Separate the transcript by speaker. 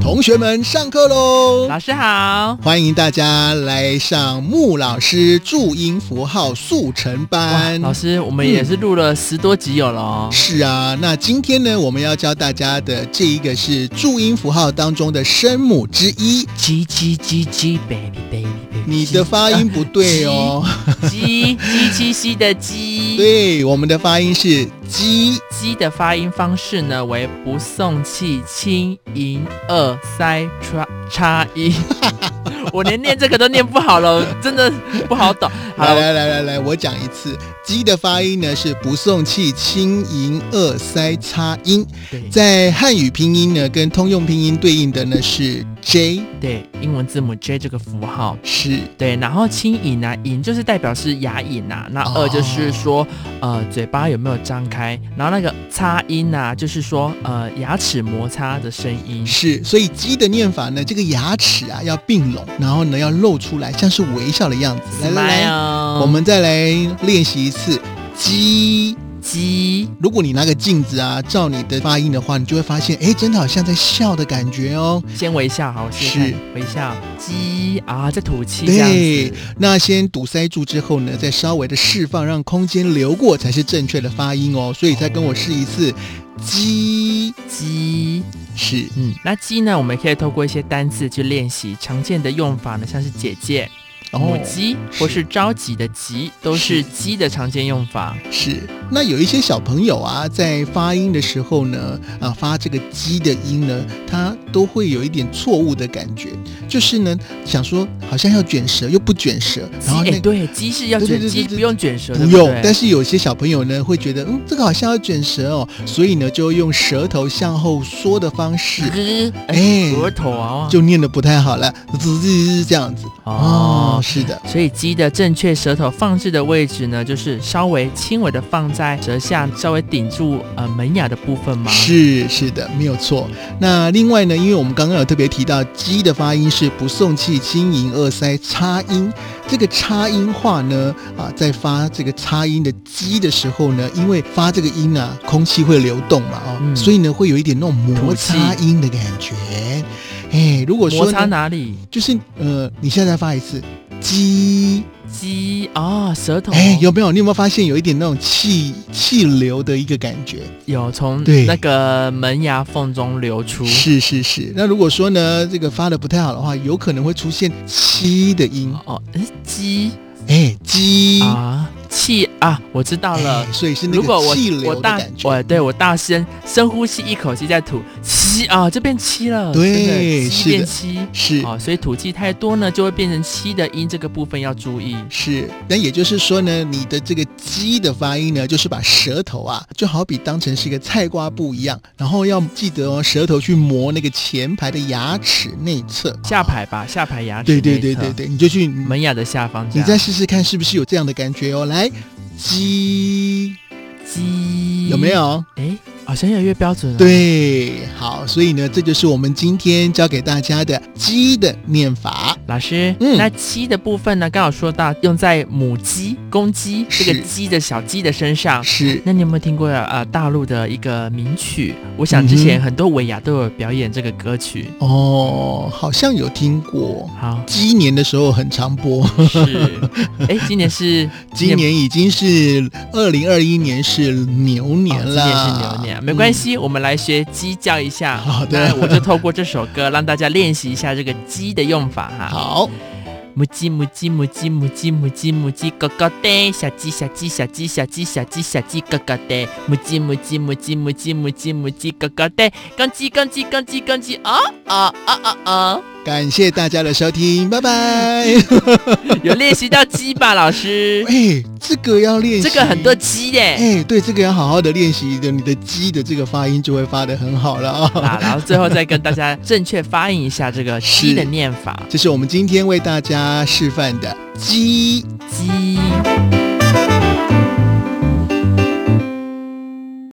Speaker 1: 同学们上课喽！
Speaker 2: 老师好，
Speaker 1: 欢迎大家来上穆老师注音符号速成
Speaker 2: 哇
Speaker 1: 班。
Speaker 2: 老师，我们也是录了十多集有了哦。
Speaker 1: 是啊，那今天呢，我们要教大家的这一个是注音符号当中的声母之一。
Speaker 2: 鸡鸡鸡鸡，baby baby baby，
Speaker 1: 你的发音不对哦，
Speaker 2: 鸡鸡七夕的 鸡，
Speaker 1: 对，我们的发音是鸡。
Speaker 2: 鸡的发音方式呢为不送气、轻盈、二塞、叉叉 一。我连念这个都念不好了，真的不好懂。好
Speaker 1: 来来
Speaker 2: 了，
Speaker 1: 来来来，我讲一次，鸡的发音呢是不送气、轻盈、二塞、擦音。
Speaker 2: 对
Speaker 1: 在汉语拼音呢，跟通用拼音对应的呢是 J，
Speaker 2: 对，英文字母 J 这个符号，
Speaker 1: 是
Speaker 2: 对，然
Speaker 1: 嗯
Speaker 2: 后轻盈啊，盈就是代表是牙龈啊，那
Speaker 1: 哦
Speaker 2: 二就是说、呃嘴巴有没有张开，然后那个擦音啊，就是说呃牙齿摩擦的声音。
Speaker 1: 是，所以鸡的念法呢，这个牙齿啊要并拢，然后呢要露出来，像是微笑的样子。来来来，
Speaker 2: Smile，
Speaker 1: 我们再来练习一次鸡。
Speaker 2: 鸡
Speaker 1: 如果你拿个镜子啊，照你的发音的话，你就会发现，哎，真的好像在笑的感觉哦。
Speaker 2: 先微笑，好，我试试看
Speaker 1: 是
Speaker 2: 微笑，鸡啊，在吐气这样
Speaker 1: 对
Speaker 2: 子。，
Speaker 1: 那先堵塞住之后呢，再稍微的释放，让空间流过才是正确的发音哦。所以再跟我试一次，鸡
Speaker 2: 鸡，
Speaker 1: 是
Speaker 2: 嗯，那鸡呢，我们可以透过一些单字去练习常见的用法呢，像是姐姐、母鸡或
Speaker 1: 哦是
Speaker 2: 是着急的急，都
Speaker 1: 是
Speaker 2: 是鸡的常见用法。
Speaker 1: 是，那有一些小朋友啊，在发音的时候呢，啊，发这个“鸡”的音呢，他都会有一点错误的感觉，就是呢，想说好像要卷舌又不卷舌，
Speaker 2: 鸡
Speaker 1: 然后
Speaker 2: 哎、
Speaker 1: 那个
Speaker 2: 对，鸡是要
Speaker 1: 对对
Speaker 2: 卷，
Speaker 1: 对
Speaker 2: 鸡
Speaker 1: 对对
Speaker 2: 不用卷舌，
Speaker 1: 不
Speaker 2: 对
Speaker 1: 用。
Speaker 2: 对
Speaker 1: 但是有些小朋友呢，会觉得嗯，这个好像要卷舌哦，所以呢，就用舌头向后缩的方式，
Speaker 2: 是
Speaker 1: 哎
Speaker 2: 哎，额头啊，
Speaker 1: 就念的不太好了，滋滋这样子。哦
Speaker 2: 哦，。
Speaker 1: 是的。
Speaker 2: 所以鸡的正确舌头放置的位置呢，就是稍微轻微的放在舌下，稍微顶住呃门牙的部分吗？
Speaker 1: 是是的，没有错。那另外呢，因为我们刚刚有特别提到鸡的发音是不送气、轻盈、二塞、叉音。这个叉音化呢，啊，在发这个叉音的鸡的时候呢，因为发这个音啊，空气会流动嘛，哦，
Speaker 2: 嗯
Speaker 1: 所以呢，会有一点那种摩
Speaker 2: 吐气
Speaker 1: 擦音的感觉。哎，如果说
Speaker 2: 摩
Speaker 1: 呢
Speaker 2: 擦哪里？
Speaker 1: 就是呃，你现在再发一次鸡，
Speaker 2: 鸡哦，舌头
Speaker 1: 哎，有没有？你有没有发现有一点那种气气流的一个感觉？
Speaker 2: 有从
Speaker 1: 对
Speaker 2: 那个门牙缝中流出。
Speaker 1: 是是是，那如果说呢，这个发的不太好的话，有可能会出现“七”的音，
Speaker 2: 哦，诶鸡
Speaker 1: 哎，鸡，
Speaker 2: 啊，气啊，我知道了
Speaker 1: 哎。所以是那
Speaker 2: 如果
Speaker 1: 个
Speaker 2: 我
Speaker 1: 气流
Speaker 2: 我
Speaker 1: 的
Speaker 2: 大
Speaker 1: 感觉。
Speaker 2: 我对我大声深呼吸一口气再吐吸啊，就变七了，
Speaker 1: 对
Speaker 2: 真
Speaker 1: 是
Speaker 2: 的
Speaker 1: 的
Speaker 2: 七变七。
Speaker 1: 是
Speaker 2: 哦，所以吐气太多呢，就会变成七的音，这个部分要注意。
Speaker 1: 是，那也就是说呢，你的这个“鸡”的发音呢，就是把舌头啊，就好比当成是一个菜瓜布一样，然后要记得哦，舌头去磨那个前排的牙齿内侧。
Speaker 2: 下排吧，下排牙齿
Speaker 1: 对对
Speaker 2: 内
Speaker 1: 对
Speaker 2: 侧
Speaker 1: 对，对，你就去，你
Speaker 2: 门牙的下方这样。
Speaker 1: 再试试看是不是有这样的感觉哦。来，鸡
Speaker 2: 鸡
Speaker 1: 有没？有？
Speaker 2: 哎，好像越来越标准了。，
Speaker 1: 对，好，所以呢，这就是我们今天教给大家的鸡的念法。
Speaker 2: 老师，
Speaker 1: 嗯
Speaker 2: 那鸡的部分呢？刚好说到用在母鸡、公鸡
Speaker 1: 是
Speaker 2: 这个鸡的小鸡的身上。
Speaker 1: 是
Speaker 2: 那你有没有听过呃大陆的一个名曲？我想之
Speaker 1: 嗯
Speaker 2: 前很多尾牙都有表演这个歌曲。
Speaker 1: 哦，好像有听过。，
Speaker 2: 好
Speaker 1: 鸡年的时候很常 播，
Speaker 2: 是，哎，今年是
Speaker 1: 今年已经是二零二一年是牛年
Speaker 2: 哦
Speaker 1: 了，
Speaker 2: 今年是牛年，没关系，我们来学鸡叫一下。
Speaker 1: 好的
Speaker 2: 那我就透过这首歌让大家练习一下这个鸡的用法哈。
Speaker 1: 嗯。，好，
Speaker 2: 母鸡母鸡母鸡母鸡母鸡母鸡咯咯的，小鸡小鸡小鸡小鸡小鸡小鸡咯咯的，母鸡母鸡母鸡母鸡母鸡母鸡咯咯的，公鸡公鸡公鸡公鸡哦哦哦哦哦，
Speaker 1: 感谢大家的收听，拜拜。？
Speaker 2: 有练习到鸡吧，老师
Speaker 1: 哎，这个要练习，
Speaker 2: 这个很多。鸡耶。
Speaker 1: 哎，对，这个要好好的练习的，你的鸡的这个发音就会发的很好了啊、
Speaker 2: 啊，然后最后再跟大家正确发音一下这个
Speaker 1: 是
Speaker 2: 鸡的念法，
Speaker 1: 这是我们今天为大家示范的鸡。
Speaker 2: 鸡。